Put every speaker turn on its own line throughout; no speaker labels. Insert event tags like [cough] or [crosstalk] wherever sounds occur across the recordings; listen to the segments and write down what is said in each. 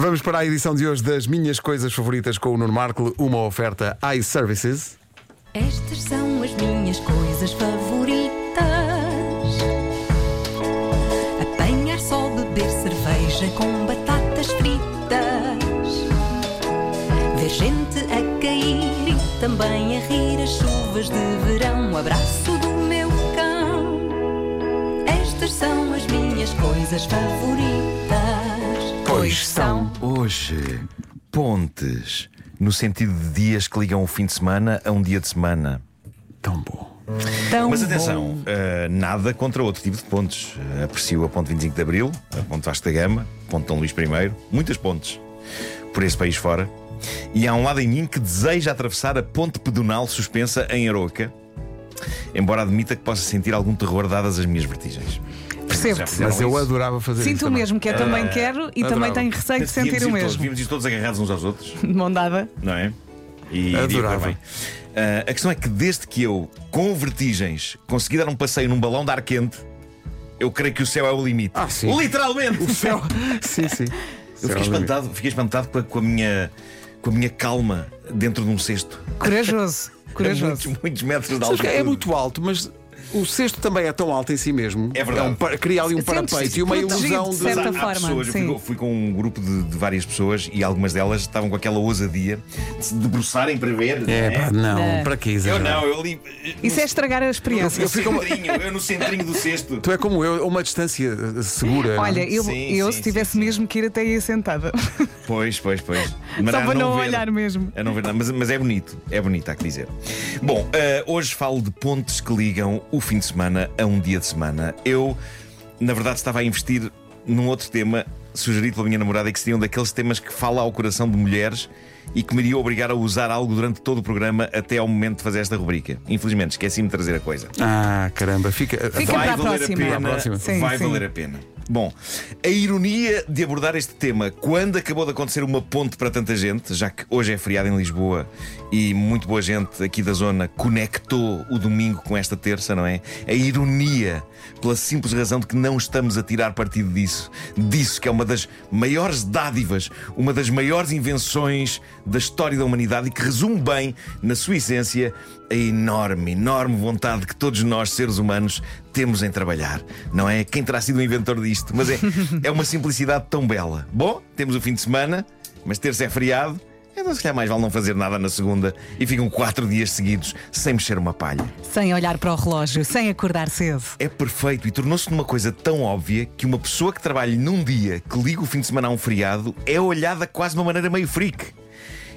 Vamos para a edição de hoje das Minhas Coisas Favoritas com o Nuno Marco, uma oferta iServices.
Estas são as minhas coisas favoritas: apanhar só, beber cerveja com batatas fritas, ver gente a cair e também a rir as chuvas de verão. O abraço do meu cão. Estas são as minhas coisas favoritas.
Hoje, pontes, no sentido de dias que ligam o fim de semana a um dia de semana.
Tão bom.
tão
Mas
bom.
atenção, eh, nada contra outro tipo de pontes. Eh, aprecio a ponte 25 de Abril, a ponte Vasco da Gama, a ponte Dom Luís I, muitas pontes por esse país fora. E há um lado em mim que deseja atravessar a ponte pedonal suspensa em Aroca, embora admita que possa sentir algum terror dadas as minhas vertigens. Já
Percebo-te.
fizeram
Mas eu
isso? Ah,
adorava fazer isso.
Sinto o
também.
mesmo, que é também quero e também
adorava.
tenho receio de
Devíamos
sentir
ir
o
Todos,
mesmo.
vimos isso todos agarrados uns aos outros.
De mão dada.
não é? E
Adorava.
iria correr bem. Ah, a questão é que desde que eu, com vertigens, consegui dar um passeio num balão de ar quente, eu creio que o céu é o limite.
Ah, sim.
Literalmente!
O
[laughs]
céu. é sim, sim.
[laughs] Eu fiquei espantado, fiquei espantado com a, com a minha, com a minha calma dentro de um cesto. [laughs]
Corajoso.
A muitos,
Corajoso.
muitos metros de
Sabes que
altura.
É muito alto, mas o cesto também é tão alto em si mesmo.
É verdade.
um par- cria ali um
Sentes-te
parapeito e uma
protegido,
ilusão de.
certo? certa
Mas há- há
forma,
pessoas, eu
sim.
fui, com- fui com um grupo de, de várias pessoas e algumas delas estavam com aquela ousadia de se debruçarem para ver.
É,
não
pá, não,
É.
para que
Eu
exagerar?
não, eu ali.
Isso é estragar a experiência.
no centrinho, eu no centrinho do cesto.
Tu é como eu, a uma distância eh, segura.
Olha,
não é?
eu,
Sim,
eu
sim,
se tivesse
sim, sim.
mesmo que ir até aí sentada. [laughs]
Pois, pois, pois. Mas
Só
a
para não
ver-
olhar mesmo.
A não ver nada, mas, mas é bonito, é bonito, há que dizer. Bom, eh, hoje falo de pontes que ligam o fim de semana a um dia de semana. Eu, na verdade, estava a investir num outro tema sugerido pela minha namorada e que seria um daqueles temas que fala ao coração de mulheres e que me iria obrigar a usar algo durante todo o programa até ao momento de fazer esta rubrica. Infelizmente, esqueci-me de trazer a coisa.
Ah, caramba, fica.
Fica
Vai
para a
valer
próxima.
a pena.
Para a próxima.
Sim,
vai
sim.
valer a pena. Bom, a ironia de abordar este tema quando acabou de acontecer uma ponte para tanta gente, já que hoje é feriado em Lisboa e muito boa gente aqui da zona conectou o domingo com esta terça, não é? A ironia, pela simples razão de que não estamos a tirar partido disso, disso que é uma das maiores dádivas, uma das maiores invenções da história da humanidade e que resume bem, na sua essência, a enorme, enorme vontade que todos nós, seres humanos, temos em trabalhar. Não é quem terá sido o inventor disto, mas é, é uma simplicidade tão bela. Bom, temos o fim de semana, mas terça é feriado. Então, se calhar, mais vale não fazer nada na segunda e ficam quatro dias seguidos sem mexer uma palha.
Sem olhar para o relógio, sem acordar cedo.
É perfeito e tornou-se numa coisa tão óbvia que uma pessoa que trabalhe num dia que liga o fim de semana a um feriado é olhada quase de uma maneira meio freak.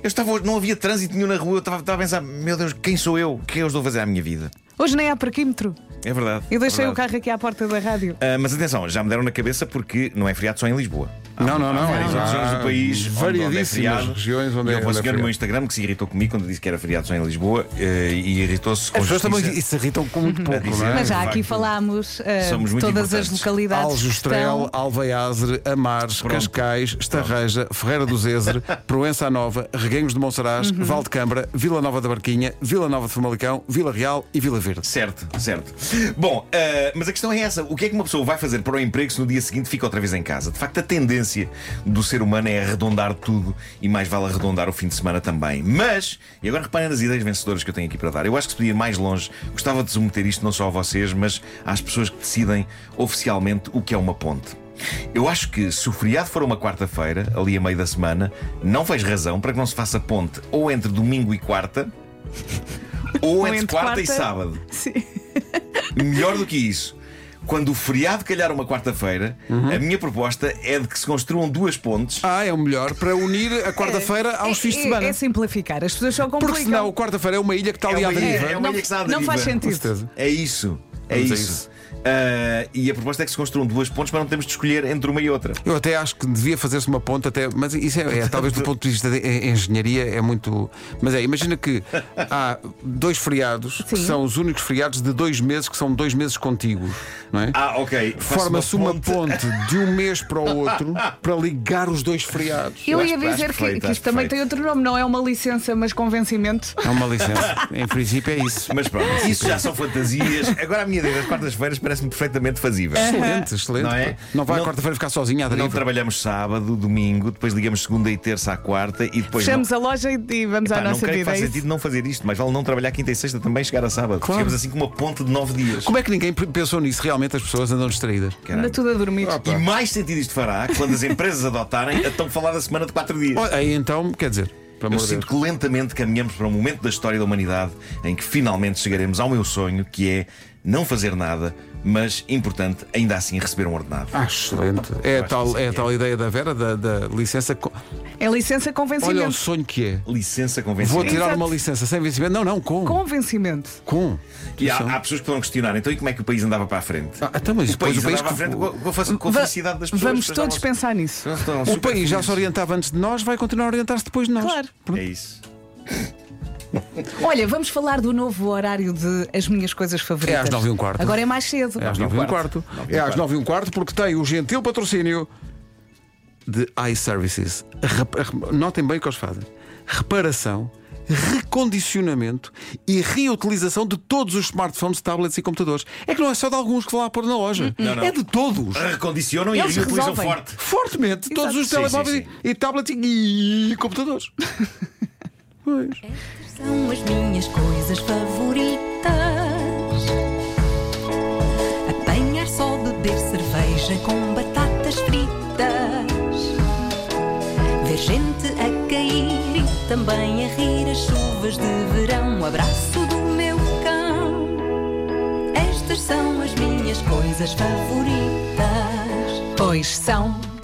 Eu estava, hoje- não havia trânsito nenhum na rua, eu estava, estava a pensar, meu Deus, quem sou eu? O que é que eu estou a fazer à minha vida?
Hoje nem há parquímetro.
É verdade.
Eu deixei
é
o
um
verdade.
carro aqui à porta da rádio.
Ah, mas atenção, já me deram na cabeça porque não é feriado só em Lisboa.
Não, não, não.
Há várias
Há
regiões do país, onde- onde é
Variedíssimas
feriado.
regiões onde
E
é
Houve uma
onde é
senhora no meu
feriado.
Instagram que se irritou comigo quando disse que era feriado só em Lisboa eh, e irritou-se com
As pessoas também
justiça.
se irritam com muito pouco,
dizer-
não é?
Uhum. Mas já
de
aqui
facto,
falámos eh,
somos muito
todas as
importantes.
localidades. que
Aljustrel,
estão-
Alveiazre, Amares,
Pronto.
Cascais, Estarreja, Ferreira do
[laughs]
Zezer, Proença à Nova, Reguengos de Monsaraz,
Uhum.
Val de Câmara, Vila Nova da Barquinha, Vila Nova de Famalicão, Vila Real e Vila Verde.
Certo, certo. Bom, ah, mas a questão é essa: o que é que uma pessoa vai fazer para o emprego se no dia seguinte fica outra vez em casa? De facto, a tendência do ser humano é arredondar tudo e mais vale arredondar o fim de semana também. Mas, e agora reparem nas ideias vencedoras que eu tenho aqui para dar, eu acho que se podia ir mais longe. Gostava de submeter isto não só a vocês, mas às pessoas que decidem oficialmente o que é uma ponte. Eu acho que se o feriado for uma quarta-feira, ali a meio da semana, não fez razão para que não se faça ponte ou entre domingo e [laughs] quarta, ou, entre, quarta e sábado.
Sim.
Melhor do que isso, quando o feriado calhar uma quarta-feira, a minha proposta é de que se construam duas pontes.
Ah, é o melhor para unir a quarta-feira aos fins de
É-
semana.
É, simplificar. As pessoas só complicam.
Porque senão a quarta-feira é uma ilha que está ali
É
à
uma ilha,
deriva.
é uma
não,
ilha que está à
não faz
deriva.
Com
sentido.
certeza.
É isso, é
Vamos a
isso.
isso.
Ah, e a proposta é que se construam duas pontes para não termos de escolher entre uma e outra.
Eu até acho que devia fazer-se uma ponte até, mas isso é, é, talvez do ponto de vista de en- engenharia é muito. Mas é, imagina que há dois feriados que
Sim.
são os únicos feriados de dois meses que são dois meses contíguos, não é?
Ah, ok. faço
Forma-se uma ponte de um mês para o [laughs] outro para ligar os dois feriados.
Eu,
Eu acho-
ia
acho
dizer que,
perfeito,
que
acho
isto também
perfeito.
tem outro nome, não é uma licença, mas com vencimento.
É uma licença. Em princípio é isso.
Mas pronto, isso já são fantasias. Agora a minha ideia das quartas-feiras parece parece-me perfeitamente fazível.
Excelente, excelente.
Não é?
Não vai à
Não-
quarta-feira ficar sozinha à
Não
deriva.
trabalhamos sábado, domingo, depois ligamos segunda e terça à quarta e depois.
Fechamos
não...
a loja e, e vamos
Pá,
à
não
nossa
creio que
vida.
faça
é isso?
sentido não fazer isto, mas vale não trabalhar quinta e sexta também chegar a sábado.
Claro.
Ficamos assim com uma ponte de nove dias.
Como é que ninguém p- pensou nisso? Realmente as pessoas andam distraídas.
Caralho.
Anda tudo a dormir.
Ah, pá.
E mais sentido isto fará quando as empresas adotarem a tão falada semana de quatro dias.
Oh, Aí então, quer dizer, para
Eu
amor de Deus.
sinto que lentamente caminhamos para um momento da história da humanidade em que finalmente chegaremos ao meu sonho, que é não fazer nada, mas importante, ainda assim receber um ordenado.
Ah, excelente. É a tal, é a tal ideia da Vera, da, da licença. co-
É licença com
Olha o
vencimento.
sonho que é.
Licença
Vou
convencimento.
tirar
Exato.
uma licença sem vencimento. Não, não, com.
Com vencimento.
Com.
E há, há pessoas que é- vão questionar, então e como é que o país andava para a frente?
Ah, então, mas
o país
depois o país.
andava para a frente com, com a fac- com a
Va-
felicidade das pessoas.
Vamos
As
todos
pessoas
pensar nisso.
estavam- estavam
O
super
país já se
felizes.
orientava antes de nós, vai continuar a orientar-se depois de nós.
Claro.
Pronto.
É isso.
Olha, vamos falar do novo horário de As Minhas Coisas Favoritas.
É às nove e um quarto.
Agora é mais cedo.
É às 9
Nove e
e
um
um quarto.
quarto.
É às 9 e um quarto porque tem o gentil patrocínio de iServices. Rep- rep- Notem bem o que eles fazem: reparação, recondicionamento e reutilização de todos os smartphones, tablets e computadores. É que não é só de alguns que vão lá pôr na loja,
Não, não.
é de todos.
Recondicionam e
Eles
reutilizam
resolvem.
forte.
Fortemente, todos os
Sim,
telemóveis
sim,
e- e tablets e, e computadores. Pois.
São as minhas coisas favoritas. Apanhar só beber cerveja com batatas fritas. Ver gente a cair e também a rir as chuvas de verão. O abraço do meu cão. Estas são as minhas coisas favoritas.
Pois são.